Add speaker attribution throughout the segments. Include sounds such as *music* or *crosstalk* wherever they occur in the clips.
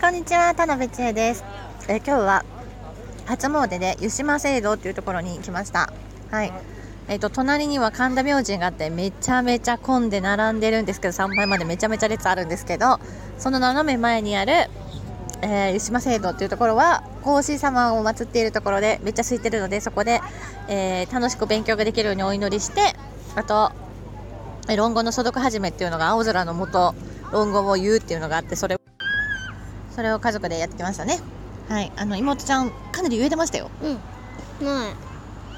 Speaker 1: こんにちは田辺千恵ですえー今日は初詣で湯島聖堂というところに来ましたはいえっ、と隣には神田明神があってめちゃめちゃ混んで並んでるんですけど参拝までめちゃめちゃ列あるんですけどその斜め前にあるえー、湯島聖堂というところは孔子様を祀っているところでめっちゃ空いてるのでそこで、えー楽しく勉強ができるようにお祈りしてあとえー論語の所読始めっていうのが青空のもと論語を言うっていうのがあってそれそれを家族でやってきましたねはいあの妹ちゃんかなり言えてましたよ
Speaker 2: うんまあ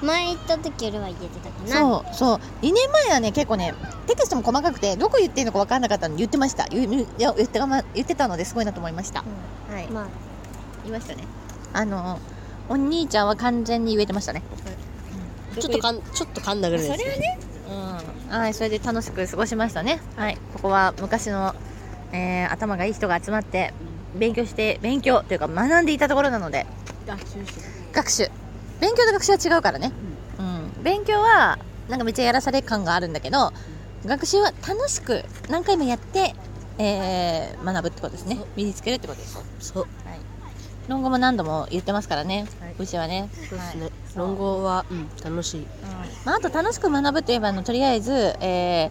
Speaker 2: 前行った時よりは言えてたかな
Speaker 1: そうそう2年前はね結構ねテキストも細かくてどこ言っていいのか分かんなかったのに言ってました言言いや言ってかま言ってたのですごいなと思いました、はい
Speaker 2: うんまあ
Speaker 1: いましたねあのお兄ちゃんは完全に言えてましたね
Speaker 3: ちょっとかん、ちょっと噛んだぐらいです、ね。
Speaker 1: うんはいそれで楽しく過ごしましたねはいここは昔の、えー頭がいい人が集まって勉強して勉強というか学んでいたところなので学習勉強と学習は違うからね、うん勉強はなんかめっちゃやらされ感があるんだけど、学習は楽しく何回もやって、えー学ぶってことですね身につけるってことです、は
Speaker 3: そう、
Speaker 1: い、論語も何度も言ってますからね、うちはね
Speaker 3: そうですね。
Speaker 1: はい
Speaker 3: 論語は、うん、楽しい。
Speaker 1: まあ、あと楽しく学ぶといえばあのとりあえず、えー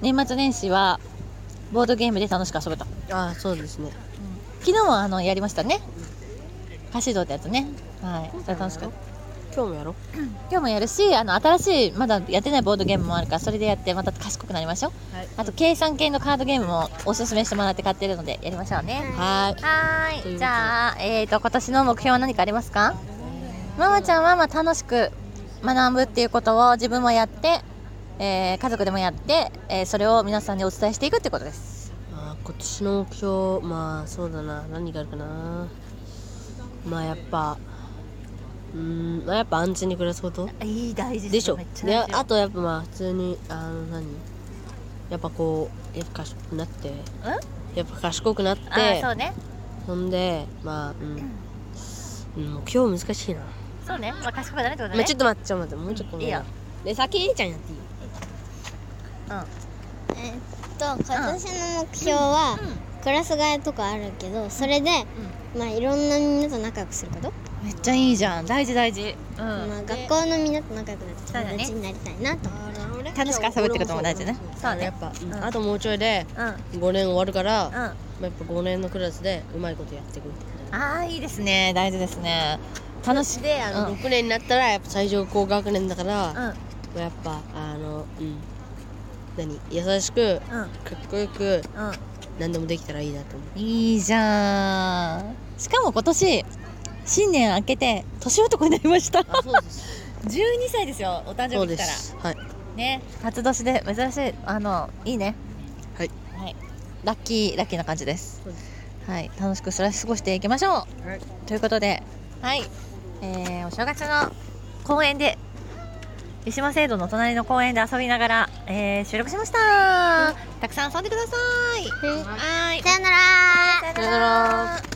Speaker 1: 年末年始はボードゲームで楽しく遊ぶと
Speaker 3: ああ、そうですね。
Speaker 1: 昨日もあのやりましたね歌詞道ってやつねはいそれ楽しく
Speaker 3: 今日もやろう。
Speaker 1: 今日もやるしあの新しいまだやってないボードゲームもあるからそれでやってまた賢くなりましょう
Speaker 3: はい。
Speaker 1: あと計算系のカードゲームもおすすめしてもらって買ってるのでやりましょうね
Speaker 3: はーい。
Speaker 1: は
Speaker 3: と
Speaker 1: ー
Speaker 3: いうこと
Speaker 1: い
Speaker 3: で
Speaker 1: じゃあえー、と今年の目標は何かありますかママちゃんはまあ楽しく学ぶっていうことを自分もやって、えー家族でもやって、えーそれを皆さんにお伝えしていくってことです
Speaker 3: まあ、今年の目標、まあ、そうだな、何があるかな。まあ、やっぱ。うーん、まあ、やっぱ安全に暮らすこと。
Speaker 1: いい大事
Speaker 3: でしょで、あと、やっぱ、まあ、普通に、あの、何。やっぱ、こう、やっぱ賢くなって。やっぱ賢くなって。
Speaker 1: あそうね
Speaker 3: ほんで、まあ、うん。うん目標難しいな。
Speaker 1: そうね、まあ、賢くなるってことね、
Speaker 3: まあ、ちょっと待って、ちょっと待って、もうちょっとごめんな
Speaker 1: うんい
Speaker 3: で、先にちゃんやっていい
Speaker 2: えっと今年の目標は、クラス替えとかあるけどそれで、まあいろんなみんなと仲良くすること、
Speaker 1: めっちゃいいじゃん大事大事、うん
Speaker 2: まあ、学校のみんなと仲良くなって
Speaker 1: そうだ
Speaker 2: 友
Speaker 1: ね
Speaker 2: 達になりたいなと、
Speaker 1: 楽しく遊ぶってことも大事ね
Speaker 3: そうねやっぱ、うんあともうちょいで
Speaker 1: うんうん
Speaker 3: 5年終わるから、
Speaker 1: あ
Speaker 3: まあやっぱ5年のクラスでうまいことやっていくみたいな
Speaker 1: あーいいですね大事ですね楽し
Speaker 3: であの、
Speaker 1: うん
Speaker 3: 6年になったらやっぱ最上高学年だから、ま
Speaker 1: うん
Speaker 3: あやっぱあのうん何優しくか
Speaker 1: うん
Speaker 3: っこよく
Speaker 1: うん
Speaker 3: 何でもできたらいいなと思う
Speaker 1: いいじゃんしかも今年新年明けて年男になりました12
Speaker 3: あそうです
Speaker 1: 歳ですよお誕
Speaker 3: *laughs* そ
Speaker 1: 生
Speaker 3: う
Speaker 1: 日
Speaker 3: で
Speaker 1: 来たら
Speaker 3: すはい
Speaker 1: ね初年で珍しいあのいいね
Speaker 3: はい
Speaker 1: はいラッキーラッキーな感じです
Speaker 3: そうで
Speaker 1: はい楽しく過ごしていきましょう、
Speaker 3: はい
Speaker 1: ということではい、えーお正月の公園で湯島聖堂の隣の公園で遊びながら、えー収録しましたたくさん遊んでください
Speaker 2: うん
Speaker 1: はい
Speaker 2: さよなら
Speaker 1: さよなら